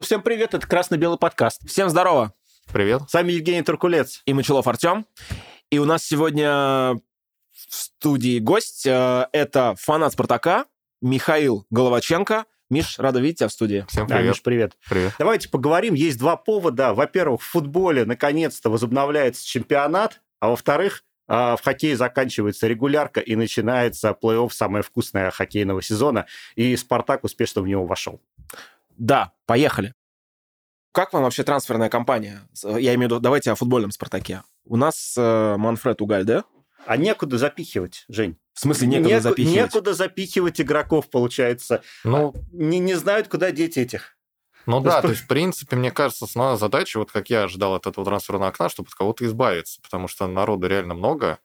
Всем привет, это «Красно-белый подкаст». Всем здорово! Привет. С вами Евгений Туркулец. И Мочелов Артем. И у нас сегодня в студии гость. э, Это фанат «Спартака» Михаил Головаченко. Миш, рада видеть тебя в студии. Всем Да, привет. Миш, привет. привет. Давайте поговорим. Есть два повода. Во-первых, в футболе наконец-то возобновляется чемпионат, а во-вторых, а, в хоккее заканчивается регулярка и начинается плей-офф самое вкусное хоккейного сезона, и «Спартак» успешно в него вошел. Да, поехали. Как вам вообще трансферная кампания? С- э, Я имею в виду, давайте о футбольном «Спартаке». У нас э, Манфред Угаль, да? А некуда запихивать, Жень. В смысле, некуда Неку- запихивать? Некуда запихивать игроков, получается. Ну, Не, не знают, куда деть этих. ну да, что- то есть, в принципе, мне кажется, основная задача, вот как я ожидал от этого трансферного окна, чтобы от кого-то избавиться, потому что народу реально много.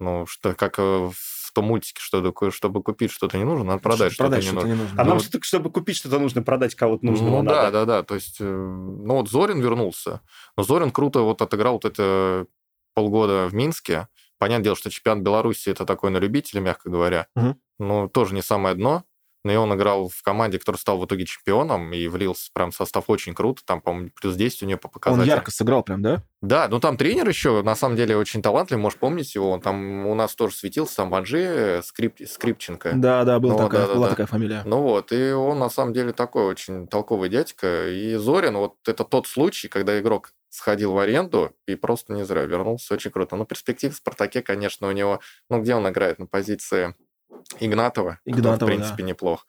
Ну, что как э, в том мультике, что такое, чтобы купить что-то не нужно, надо продать что-то не нужно. не нужно. А Ну нам вот- все-таки, чтобы купить что-то, нужно продать кого-то нужного. Ну да, надо. да, да. То есть, э, ну вот Зорин вернулся. Но Зорин круто вот отыграл вот это полгода в Минске. Понятное дело, что чемпионат Беларуси это такой на любителя, мягко говоря. Мгм. Ну, тоже не самое дно. Но и он играл в команде, который стал в итоге чемпионом и влился прям в состав очень круто. Там, по-моему, плюс 10 у нее по Он показателям. ярко сыграл прям, да? Да, ну там тренер еще, на самом деле, очень талантлив, может, помнить его. Он там у нас тоже светился, там в Анжи э, Скрип... Скрипченко. Да, да, был Ну, такая, да-да-да. была такая фамилия. Ну вот, и он на самом деле такой очень толковый дядька. И Зорин, вот это тот случай, когда игрок сходил в аренду и просто не зря вернулся. Очень круто. Ну, перспектив в «Спартаке», конечно, у него... Ну, где он играет? На позиции Игнатова, Игнатова, который, в принципе, неплох.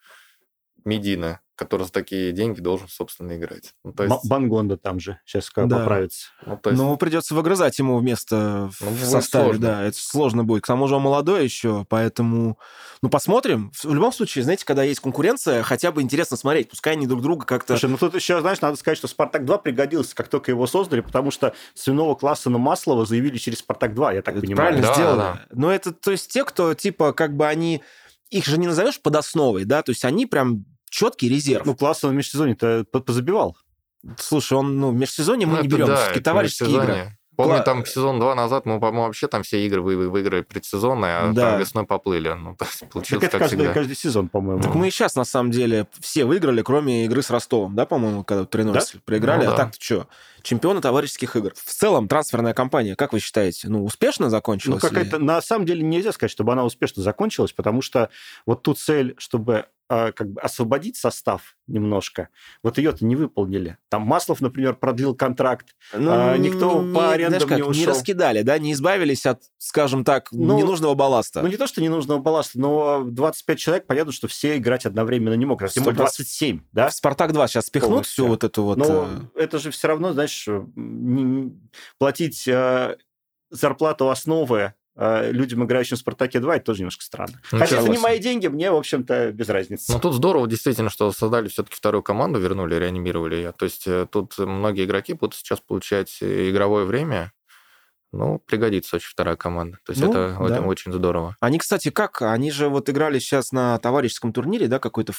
Медина, который за такие деньги должен, собственно, играть. Ну, то Б- есть... Бангонда там же сейчас как Да. поправится. Ну, то есть Ну, придется выгрызать ему вместо в- Ну, в будет составе, сложно. да, это сложно будет. К тому же он молодой еще, поэтому, ну, посмотрим. В в любом случае, знаете, когда есть конкуренция, хотя бы интересно смотреть, пускай они друг друга как-то... Слушай, ну тут еще, знаешь, надо сказать, что «Спартак-2» пригодился, как только его создали, потому что свиного класса на Маслова заявили через «Спартак-2», я так это понимаю. правильно Да, сделано. да. Но это, то есть, те, кто, типа, как бы они... Их же не назовешь под основой, да, то есть они прям четкий резерв. Ну, классно в межсезонье-то по- позабивал. Слушай, он, ну, в межсезонье мы Ну, не это берем, да, все-таки это товарищеские игры. межсезонье. Помню, Кла- там сезон два назад мы, по-моему, вообще там все игры вы- вы- выиграли предсезонные, а Да. там весной поплыли. Ну, то есть Так получилось это как каждый, всегда. каждый сезон, по-моему. Так мы и сейчас, на самом деле, все выиграли, кроме игры с Ростовом, да, по-моему, когда 3-0 проиграли. Ну А да. так-то что? Чемпионы товарищеских игр. В целом, трансферная кампания, как вы считаете, ну, успешно Ну, закончилась? какая-то, ли? на самом деле, нельзя сказать, чтобы она успешно закончилась, потому что вот ту цель, чтобы а, как бы освободить состав немножко, вот ее-то не выполнили. Там Маслов, например, продлил контракт. Ну, а, никто не- по арендам знаешь как, не ушел. раскидали, да, не избавились от, скажем так, Ну, ненужного балласта. Ну, не то, что ненужного балласта, но 25 человек, понятно, что все играть одновременно не могут. Всего 120. 27, да? В «Спартак-2» сейчас спихнут Полностью. всю вот эту вот... Но э, это же все равно, знаешь, м, не- не- платить э, зарплату основы э, людям, играющим в «Спартаке-2», это тоже немножко странно. Ну, Хотя это не согласен. мои деньги, мне, в общем-то, без разницы. Ну, тут здорово, действительно, что создали все-таки вторую команду, вернули, реанимировали ее. То есть э, тут многие игроки будут сейчас получать э, игровое время. Ну, пригодится очень вторая команда. То есть Ну, это, да. это очень здорово. Они, кстати, как? Они же вот играли сейчас на товарищеском турнире, да, какой-то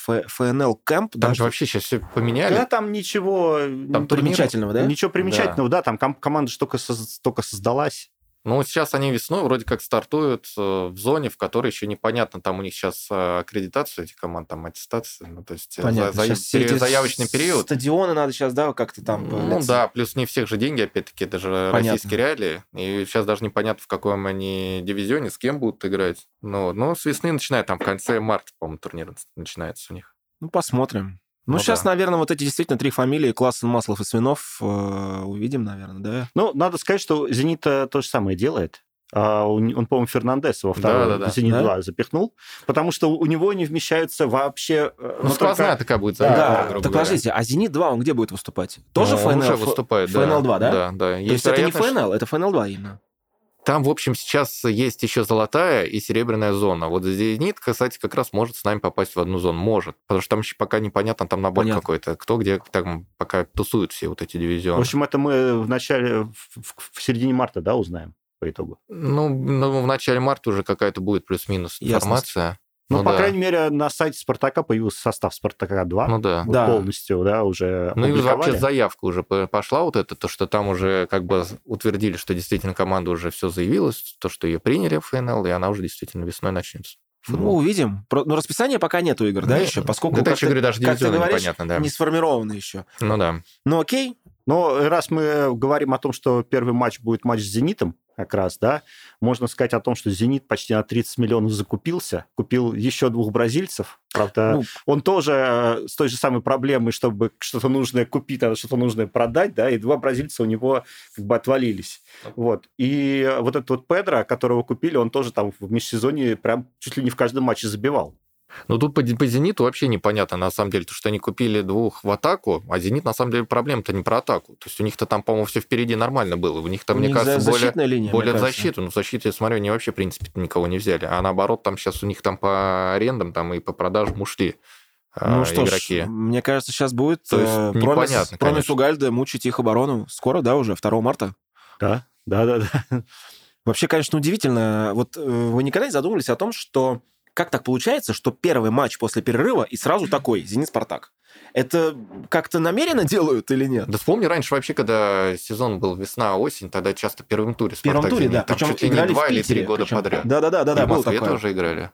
ФНЛ-кэмп, Там да, же вообще сейчас все поменяли. Да, там ничего... Там м, турнир, примечательного, да? Ничего примечательного, да, там ком- команда же только, соз- только создалась. Ну, вот сейчас они весной вроде как стартуют э, в зоне, в которой еще непонятно, там у них сейчас аккредитация этих команд, там аттестация. Ну, то есть э, Понятно. за- за- Сейчас все эти заявочный период. Стадионы надо сейчас, да, как-то там... Ну блядь, да, плюс не всех же деньги, опять-таки, это же Понятно. российские реалии. И сейчас даже непонятно, в каком они дивизионе, с кем будут играть. Ну, ну с весны начинает, там в конце марта, по-моему, турнир начинается у них. Ну, посмотрим. Ну, Ну сейчас, да. наверное, вот эти действительно три фамилии Классен, Маслов и Свинов э, увидим, наверное, да? Ну, надо сказать, что «Зенит» э, то же самое делает. А, Он, он, по-моему, Фернандеса во второй Да-да-да. «Зенит-2» Да? запихнул, потому что у него не вмещаются вообще... э, Ну, но только- сквозная такая будет Да, заявка, да, грубо так говоря. подождите, а «Зенит-2» он где будет выступать? Тоже Ну, ФНЛ? Он уже Ф- выступает, FNL 2, да? Да, да. То есть это не ФНЛ, это ФНЛ-2 именно. Там, в общем, сейчас есть еще золотая и серебряная зона. Вот «Зенит», кстати, как раз может с нами попасть в одну зону. Может. Потому что там еще пока непонятно, там набор Понятно. какой-то. Кто где, там пока тусуют все вот эти В дивизионы. общем, это мы в начале, в, в- в середине марта, да, узнаем по итогу. Ну, ну, в начале марта уже какая-то будет плюс-минус Ясность. информация. Ну, по да. крайней мере, на сайте «Спартака» появился состав «Спартака-2». Ну да. Да. Полностью, да, уже Ну и вообще опубликовали. заявка уже п- пошла вот это, то, что там уже как бы утвердили, что действительно команда уже все заявилась, то, что ее приняли в ФНЛ, и она уже действительно весной начнется. Ну, увидим. Про- Но расписания пока нету игр, да, Ну, еще, поскольку Да, как еще ты- говорю, даже как ты дивизионы говоришь, непонятно, да. не сформировано еще. Ну да. Ну, окей. Но э, раз мы говорим о том, что первый матч будет матч с «Зенитом», как раз, да, можно сказать о том, что «Зенит» почти на 30 миллионов закупился, купил еще двух бразильцев. Правда, Ну. он тоже э, с той же самой проблемой, чтобы что-то нужное купить, надо что-то нужное продать, да, и два бразильца у него как бы отвалились. Вот. И э, вот этот вот Педро, которого купили, он тоже там в межсезонье прям чуть ли не в каждом матче забивал. Ну тут по, Ди- по «Зениту» вообще непонятно, на самом деле, то, что они купили двух в атаку, а «Зенит», на самом деле, проблема-то не про атаку. То есть у них-то там, по-моему, все впереди нормально было. У них там, У мне них за- кажется, более... защитная линия. мне Более в кажется. защиту. Ну, в защиту, я смотрю, они вообще, в принципе, никого не взяли. А наоборот, там сейчас у них там по арендам там и по продажам ушли а, Ну что игроки. ж, мне кажется, сейчас будет То есть э, промис, непонятно, промис конечно. Угальда мучить их оборону. Скоро, да, уже, 2 марта. Да, да, да, да. Вообще, конечно, удивительно. Вот э, вы никогда не задумывались о том, что как так получается, что первый матч после перерыва и сразу такой «Зенит-Спартак». Это как-то намеренно делают или нет? Да вспомни раньше вообще, когда сезон был весна-осень, тогда часто в первом туре В первом «Спартак» туре, «Зенит». да. Там Причем чуть ли не играли два в или Питере. три года причем. подряд. Да-да-да, И да, в было Москве такое. тоже играли.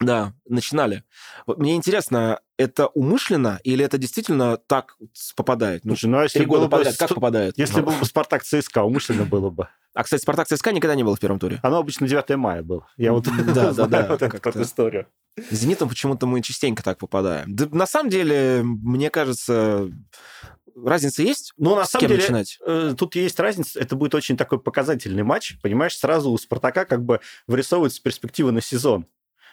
Да, начинали. Вот мне интересно, это умышленно или это действительно так вот попадает? Ну, Слушай, ну а если три года было бы... подряд как ст- попадает? Если Ну. был бы «Спартак» ЦСКА, умышленно было бы. А, кстати, «Спартак» ЦСКА никогда не был в первом туре. Оно обычно 9 мая было. Я вот Да, да, знаю да, вот эту как-то. вот историю. С «Зенитом» почему-то мы частенько так попадаем. Да, на самом деле, мне кажется, разница есть? Ну, на С самом кем деле, начинать? э, тут есть разница. Это будет очень такой показательный матч. Понимаешь, сразу у «Спартака» как бы вырисовываются перспективы на сезон.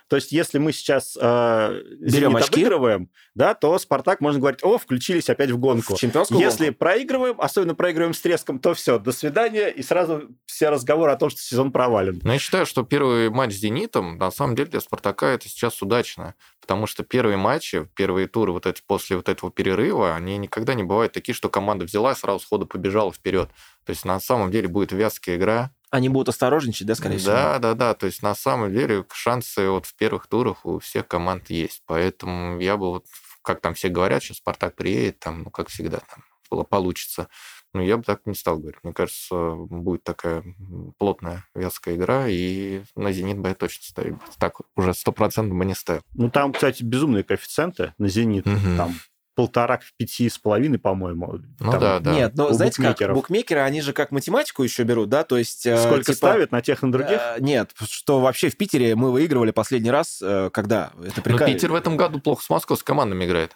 То есть, если мы сейчас э, Берем «Зенит» очки. обыгрываем, да, то «Спартак» можно говорить, о, включились опять в гонку. В чемпионскую Если гонку? проигрываем, особенно проигрываем с треском, то все, до свидания, и сразу все разговоры о том, что сезон провален. Но я считаю, что первый матч с «Зенитом» на самом деле для «Спартака» это сейчас удачно, потому что первые матчи, первые туры вот эти, после вот этого перерыва, они никогда не бывают такие, что команда взяла и сразу сходу побежала вперед. То есть на самом деле будет вязкая игра. Они будут осторожничать, да, скорее всего? да, да, да. То есть на самом деле шансы вот в первых турах у всех команд есть. Поэтому я бы вот, как там все говорят, что «Спартак» приедет, там, ну, как всегда, там было- получится. Но я бы так не стал говорить. Мне кажется, будет такая м, плотная, вязкая игра, и на «Зенит» бы я точно ставил. Так уже стопроцентно бы не ставил. Ну, там, кстати, безумные коэффициенты на «Зенит». Мгм. Там полтора к пяти с половиной, по-моему. Ну Там да, да. Нет, но у знаете как, букмекеров. букмекеры, они же как математику еще берут, да, то есть... э, Сколько типа, ставят на тех и на других? э, Нет, что вообще в Питере мы выигрывали последний раз, э, когда? Это Но прика- Питер в этом году плохо с московской командами играет.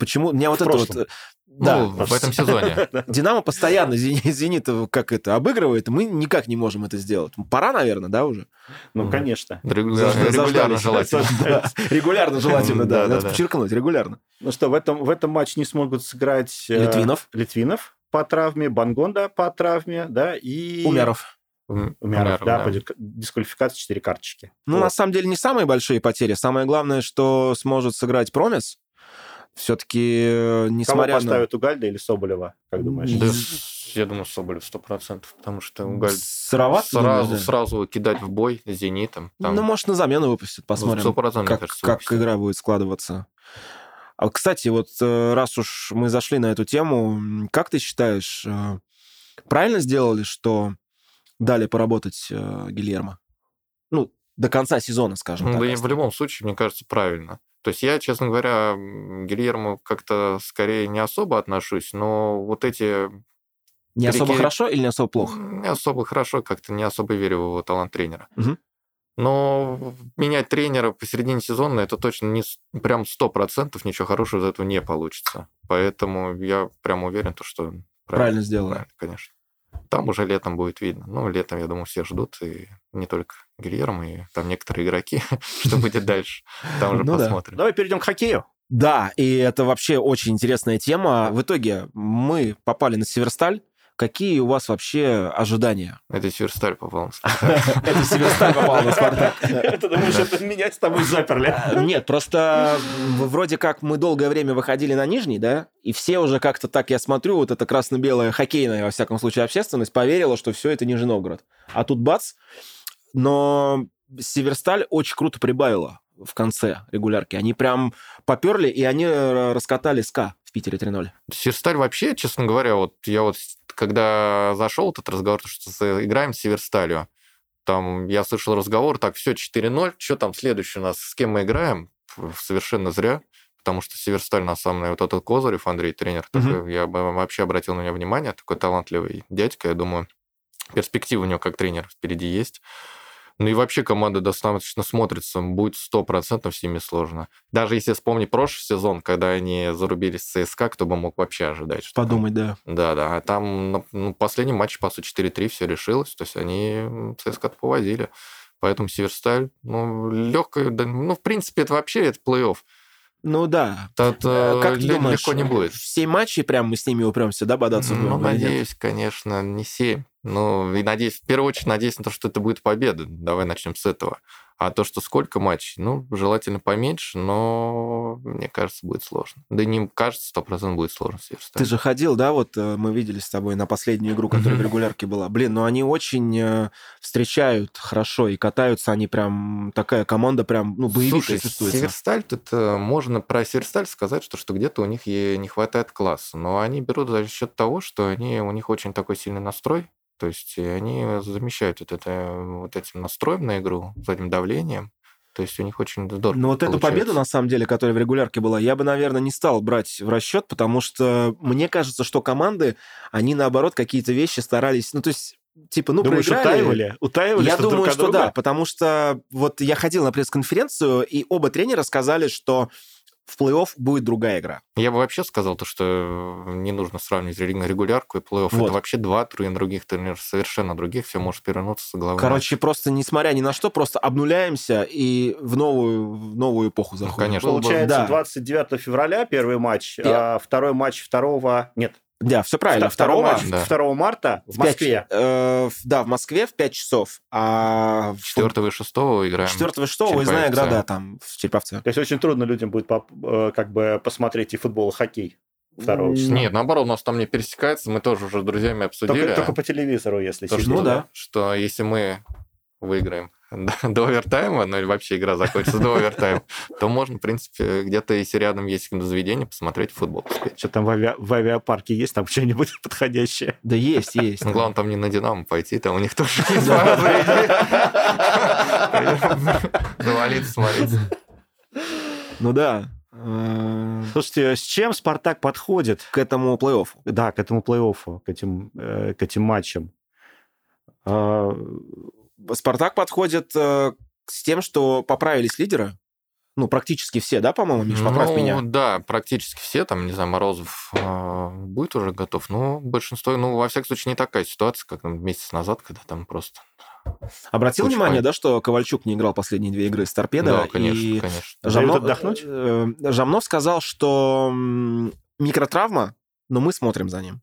Почему? Меня вот В это вот... прошлом. э, Да. ну, в этом сезоне. Динамо постоянно «Зени- Зенит э, как это обыгрывает, и мы никак не можем это сделать. Пора, наверное, да, уже. Ну, Мгм. конечно. Регулярно регулярно Заждались. желательно. Заждались. Регулярно, желательно, да. Да-да-да. Надо подчеркнуть, регулярно. Ну что, в этом, в этом матче не смогут сыграть... э, Литвинов, Литвинов по травме, Бангонда по травме, да, и... Умяров. М, Умяров, Умяров, да, да. по дик- дисквалификации 4 карточки. Ну, Вот. на самом деле, не самые большие потери. Самое главное, что сможет сыграть Промис. Все-таки, Кого несмотря на... поставят Угальда или Соболева, как думаешь? Да, Из- с- я думаю, Соболев 100%, потому что Угаль Сыроват, сразу, сразу его кидать в бой с «Зенитом». Там, Ну, может, на замену выпустят, посмотрим. 100%, мне как, кажется, как выпустят. игра будет складываться. А, кстати, вот э, раз уж мы зашли на эту тему, м, как ты считаешь, э, правильно сделали, что дали поработать э, Гильермо? Ну, до конца сезона, скажем Ну, так. да и в любом случае, мне кажется, правильно. То есть я, честно говоря, м, к Гильерму как-то скорее не особо отношусь, но вот эти... не особо перекид- хорошо или не особо плохо? Не особо хорошо, как-то не особо верю в его талант тренера. Мгм. Но менять тренера посередине сезона, это точно не с- прям 100% ничего хорошего из этого не получится. Поэтому я прям уверен, то, что Правильно сделали. Правильно, конечно. Там уже летом будет видно. Ну, летом, я думаю, все ждут, и не только Гильермо, и там некоторые игроки, что будет дальше. Там уже Ну да. посмотрим. Давай перейдем к хоккею. Да, и это вообще очень интересная тема. В итоге мы попали на Северсталь. Какие у вас вообще ожидания? Это Северсталь попал. на спорт. Это Северсталь попала на Спартак. Ты думаешь, это меня с тобой заперли? Э, Нет, просто в- вроде как мы долгое время выходили на нижний, да, и все уже как-то так, я смотрю, вот эта красно-белая хоккейная, во всяком случае, общественность поверила, что все это Нижний Новгород. А тут бац. Но Северсталь очень круто прибавила в конце регулярки. Они прям поперли, и они э, раскатали СКА в Питере 3-0. Северсталь вообще, честно говоря, вот я вот с- когда зашел этот разговор, то, что с- играем с Северсталью, Там я слышал разговор, так, все, 4-0, что там следующий у нас, с кем мы играем? Ф- Совершенно зря, потому что Северсталь, на самом деле, вот этот Козырев, Андрей, тренер, Мгм. такой, я бы вообще обратил на него внимание, такой талантливый дядька, я думаю, перспектива у него как тренер впереди есть. Ну и вообще команда достаточно смотрится, будет 100% с ними сложно. Даже если вспомнить прошлый сезон, когда они зарубились с ЦСКА, кто бы мог вообще ожидать, что там Подумать, да. да, да. А там на ну, последнем матче, по сути, 4-3 все решилось. То есть они м, ЦСКА повозили. Поэтому Северсталь, ну, легкая, да, ну, в принципе, это вообще это плей-офф. Ну да. Тут, Э, э, Как ты ле- думаешь, легко не будет. Все матчи прям мы с ними упремся, да, бодаться Ну, будем или нет? надеюсь, конечно, не 7. Ну, и надеюсь, в первую очередь, надеюсь на то, что это будет победа. Давай начнем с этого. А то, что сколько матчей, ну, желательно поменьше, но мне кажется, будет сложно. Да не кажется, 100% будет сложно Ты Северсталь. же ходил, да, вот э, мы видели с тобой на последнюю игру, которая в Мгм. регулярке была. Блин, ну они очень э, встречают хорошо и катаются, они прям такая команда прям, ну, боевитая Слушай, чувствуется. Северсталь, тут э, можно про Северсталь сказать, что, что где-то у них е- не хватает класса. Но они берут за счет того, что они, у них очень такой сильный настрой. То есть и они замещают вот, это, вот этим настроем на игру, за этим давлением. То есть у них очень здорово Но Ну, вот эту получается. победу, на самом деле, которая в регулярке была, я бы, наверное, не стал брать в расчет, потому что мне кажется, что команды, они, наоборот, какие-то вещи старались... Ну, то есть, типа, ну, Думаешь, проиграли... утаивали? Утаивали я что друг думаю, от что друга? да, потому что вот я ходил на пресс-конференцию, и оба тренера сказали, что в плей-офф будет другая игра. Я бы вообще сказал то, что э, не нужно сравнивать рег- регулярку и плей-офф. Вот. Это вообще два трен- других турнира, совершенно других. Все может перевернуться с головы. на Короче, просто несмотря ни на что, просто обнуляемся и в новую, в новую эпоху Ну, заходим. конечно. Было бы- Получается, да. 29 февраля первый матч, Да. а второй матч 2... Нет, Да, все правильно. вта- второй Второго матч да. 2 марта в в пять- Москве. э, в- да, в Москве в 5 часов, а в Четвертого и шестого играем. 4 что, Череповец, иная игра, да. да, там, в Череповце. То есть очень трудно людям будет поп- э, как бы посмотреть и футбол, и хоккей 2 числа. Нет, наоборот, у нас там не пересекается. Мы тоже уже с друзьями обсудили. Только, только по телевизору, если То, что, сидеть. Ну да. что если мы выиграем до, до овертайма, ну или вообще игра закончится до овертайма, то можно, в принципе, где-то, если рядом есть какое-то заведение, посмотреть футбол. посмотреть. Что там в, авиа- в авиапарке есть там что-нибудь подходящее? Да есть, есть. Ну, главное, там не на Динамо пойти, там у них тоже есть свое заведение. Завалиться, смотриться. Ну да. Э, Слушайте, с чем Спартак подходит? К этому плей-оффу. Да, к этому плей-оффу, к этим, э, к этим матчам. А, Спартак подходит э, с тем, что поправились лидеры. Ну, практически все, да, по-моему, Миш, поправь Ну, меня. да, практически все, там, не знаю, Морозов э, будет уже готов, но большинство, ну, во всяком случае, не такая ситуация, как там, месяц назад, когда там просто... Обратил очень внимание, да, что Ковальчук не играл последние две игры с торпедо. Да, конечно, и конечно. Дают Жамно- отдохнуть? э, э, Жамнов сказал, что м, микротравма, но мы смотрим за ним.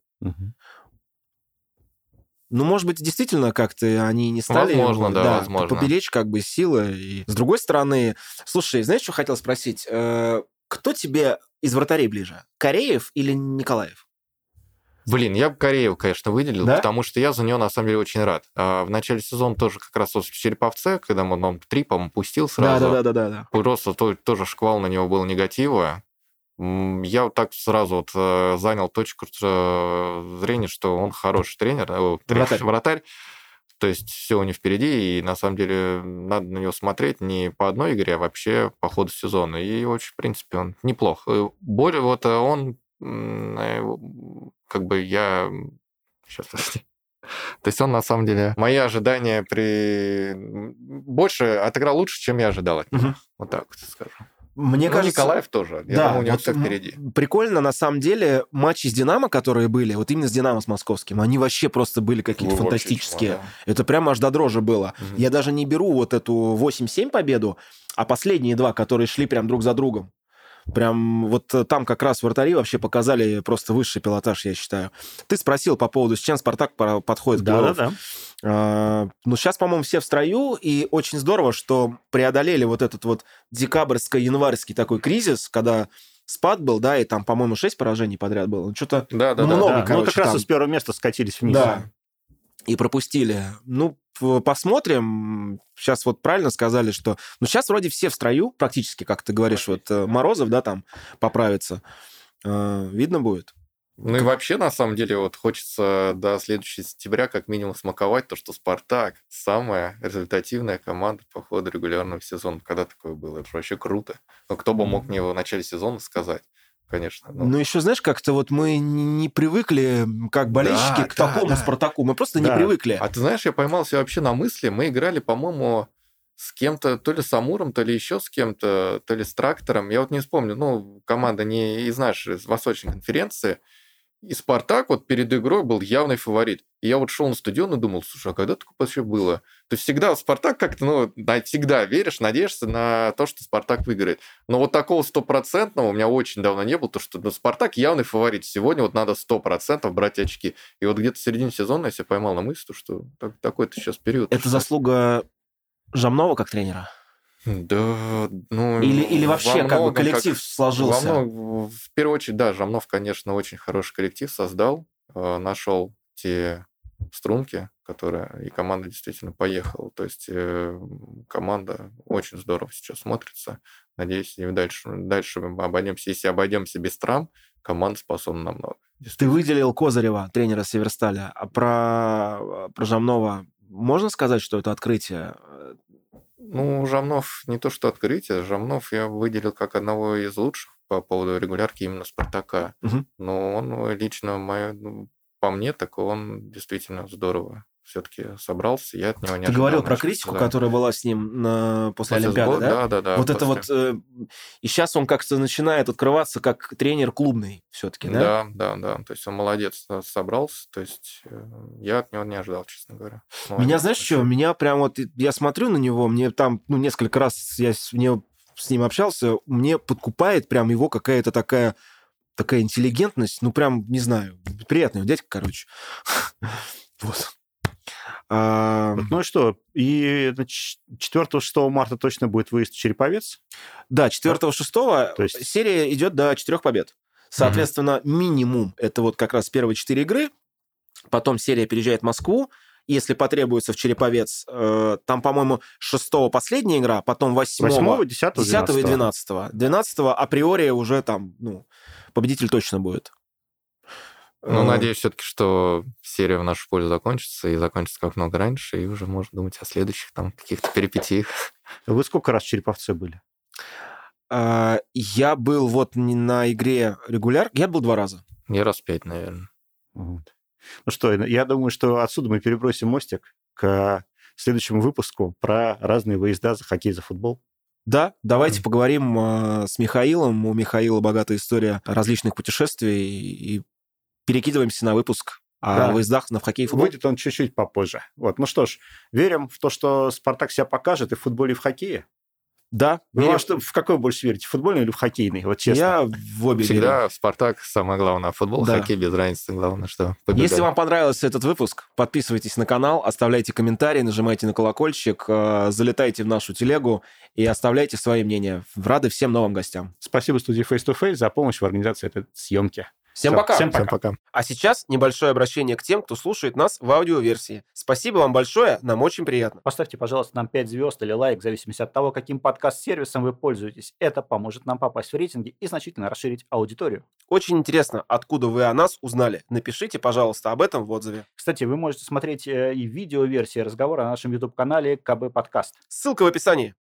Ну, может быть, действительно как-то они не стали... Возможно, ему, да, возможно. Поберечь как бы силы. И... С другой стороны, слушай, знаешь, что хотел спросить? Э, Кто тебе из вратарей ближе? Кореев или Николаев? Блин, я бы Корею, конечно, выделил, Да? потому что я за нее на самом деле очень рад. А в начале сезона тоже как раз вот в Череповце, когда он, он три, по-моему, пустил сразу. Да-да-да-да. Просто то- тоже шквал на него был негатива. М, Я вот так сразу вот э, занял точку э, зрения, что он хороший тренер, э, тренер, Вратарь. вратарь. То есть все у него впереди, и на самом деле э, надо на него смотреть не по одной игре, а вообще по ходу сезона. И очень, в принципе, он неплох. Э, Более вот э, он, м, э, как бы я... Сейчас, подожди. То есть он, на самом деле, мои ожидания при... Больше отыграл лучше, чем я ожидал от него. Мгм. Вот так вот скажу. Мне Ну, кажется... Николаев тоже. Я думаю, у него вот все м- впереди. Прикольно, на самом деле, матчи с «Динамо», которые были, вот именно с «Динамо» с московским, они вообще просто были какие-то Вообще фантастические. чмо, Это прям аж до дрожи было. Мгм. Я даже не беру вот эту 8-7 победу, а последние два, которые шли прям друг за другом. Прям вот э, там как раз вратари вообще показали просто высший пилотаж, я считаю. Ты спросил по поводу, с чем «Спартак» пора- подходит к плей-офф. Да-да-да. А, Ну, сейчас, по-моему, все в строю, и очень здорово, что преодолели вот этот вот декабрьско-январьский такой кризис, когда спад был, да, и там, по-моему, 6 поражений подряд было. Ну, что-то да. Да, да, много, да. Да, ну, короче, как раз там. и с первого места скатились вниз. Да. И пропустили. Ну, п- посмотрим. Сейчас вот правильно сказали, что... Ну, сейчас вроде все в строю практически, как ты говоришь, вот э, Морозов, да, там поправится. Э, А, Видно будет. Ну и вообще, на самом деле, вот хочется до следующего сентября как минимум смаковать то, что «Спартак» — самая результативная команда по ходу регулярного сезона. Когда такое было? Это же вообще круто. Но кто бы мог мне в начале сезона сказать? Конечно. но- Ну, еще, знаешь, как-то вот мы не не привыкли, как болельщики, Да, к да, такому да. Спартаку. Мы просто не Да. привыкли. А ты знаешь, я поймал себя вообще на мысли. Мы играли, по-моему, с кем-то, то ли с Амуром, то ли еще с кем-то, то ли с Трактором. Я вот не вспомню. Ну, команда не из нашей, из Восточной конференции. И Спартак вот перед игрой был явный фаворит. И я вот шел на стадион и думал, слушай, а когда такое вообще было? То есть всегда в Спартак как-то, ну, на- всегда веришь, надеешься на то, что Спартак выиграет. Но вот такого стопроцентного у меня очень давно не было, то что ну, Спартак явный фаворит. Сегодня вот надо сто процентов брать очки. И вот где-то в середине сезона я себя поймал на мысль, что так- такой-то сейчас период. Это Что- заслуга Жамнова как тренера? Да, ну... Или, или во вообще как бы многом коллектив сложился? Во многом, в первую очередь, да, Жамнов, конечно, очень хороший коллектив создал, э, нашел те струнки, которые и команда действительно поехала. То есть э, команда очень здорово сейчас смотрится. Надеюсь, и дальше, дальше мы обойдемся. Если обойдемся без травм, команда способна намного. Ты выделил Козырева, тренера Северсталя, а про, про Жамнова можно сказать, что это открытие? Ну, Жамнов не то что открытие. Жамнов я выделил как одного из лучших по поводу регулярки именно Спартака. Мгм. Но он э, лично, мое, ну, по мне, так он действительно здорово все-таки собрался. Я от него не Ты ожидал, говорил про конечно, критику, да. которая была с ним на- после После Олимпиады, сбора- да? Да, да, да. вот это после- вот... э, и сейчас он как-то начинает открываться как тренер клубный все-таки, да? Да, да, да. То есть он молодец э, собрался. То есть э, я от него не ожидал, честно говоря. Меня, Молодец знаешь, вообще. что? Меня прям вот... Я смотрю на него, мне там, ну, несколько раз я с, мне с ним общался, мне подкупает прям его какая-то такая такая интеллигентность, ну, прям, не знаю, приятный дядька, короче. Вот. А, Ну и что, и 4-6 марта точно будет выезд в Череповец. Да, 4-6 То есть- серия идет до 4 побед. Соответственно, минимум это вот как раз первые 4 игры, потом серия переезжает в Москву, если потребуется в Череповец, э, там, по-моему, 6 последняя игра, потом 8 8, 10, 10 и 12. 12 априори уже там, ну, победитель точно будет. Ну, Э, надеюсь все-таки, что серия в нашу пользу закончится, и закончится как много раньше, и уже можно думать о следующих там каких-то перипетиях. Вы сколько раз в Череповце были? э, Я был вот не на игре регуляр, я был два раза. Не раз пять, наверное. Вот. Ну что, я думаю, что отсюда мы перебросим мостик к следующему выпуску про разные выезда за хоккей, за футбол. Да, давайте Мгм. поговорим э, с Михаилом. У Михаила богатая история различных путешествий и перекидываемся на выпуск о Да. выездах на в хоккей и футбол. Выйдет он чуть-чуть попозже. Вот, ну что ж, верим в то, что Спартак себя покажет и в футболе, и в хоккее. Да, Ну, верю. а что, в какой больше верите, в футбольный или в хоккейный? Вот честно. я в обе верю. Всегда в Спартак самое главное, а футбол, Да. хоккей без разницы. Главное, что побеждает. Если вам понравился этот выпуск, подписывайтесь на канал, оставляйте комментарии, нажимайте на колокольчик, э, залетайте в нашу телегу и оставляйте свои мнения. Рады всем новым гостям. Спасибо студии Face to Face за помощь в организации этой съемки. Всем Всё, пока! всем Всем пока. А сейчас небольшое обращение к тем, кто слушает нас в аудиоверсии. Спасибо вам большое, нам очень приятно. Поставьте, пожалуйста, нам 5 звезд или лайк, в зависимости от того, каким подкаст-сервисом вы пользуетесь. Это поможет нам попасть в рейтинги и значительно расширить аудиторию. Очень интересно, откуда вы о нас узнали. Напишите, пожалуйста, об этом в отзыве. Кстати, вы можете смотреть э, и видеоверсии разговора на нашем YouTube-канале КБ Подкаст. Ссылка в описании.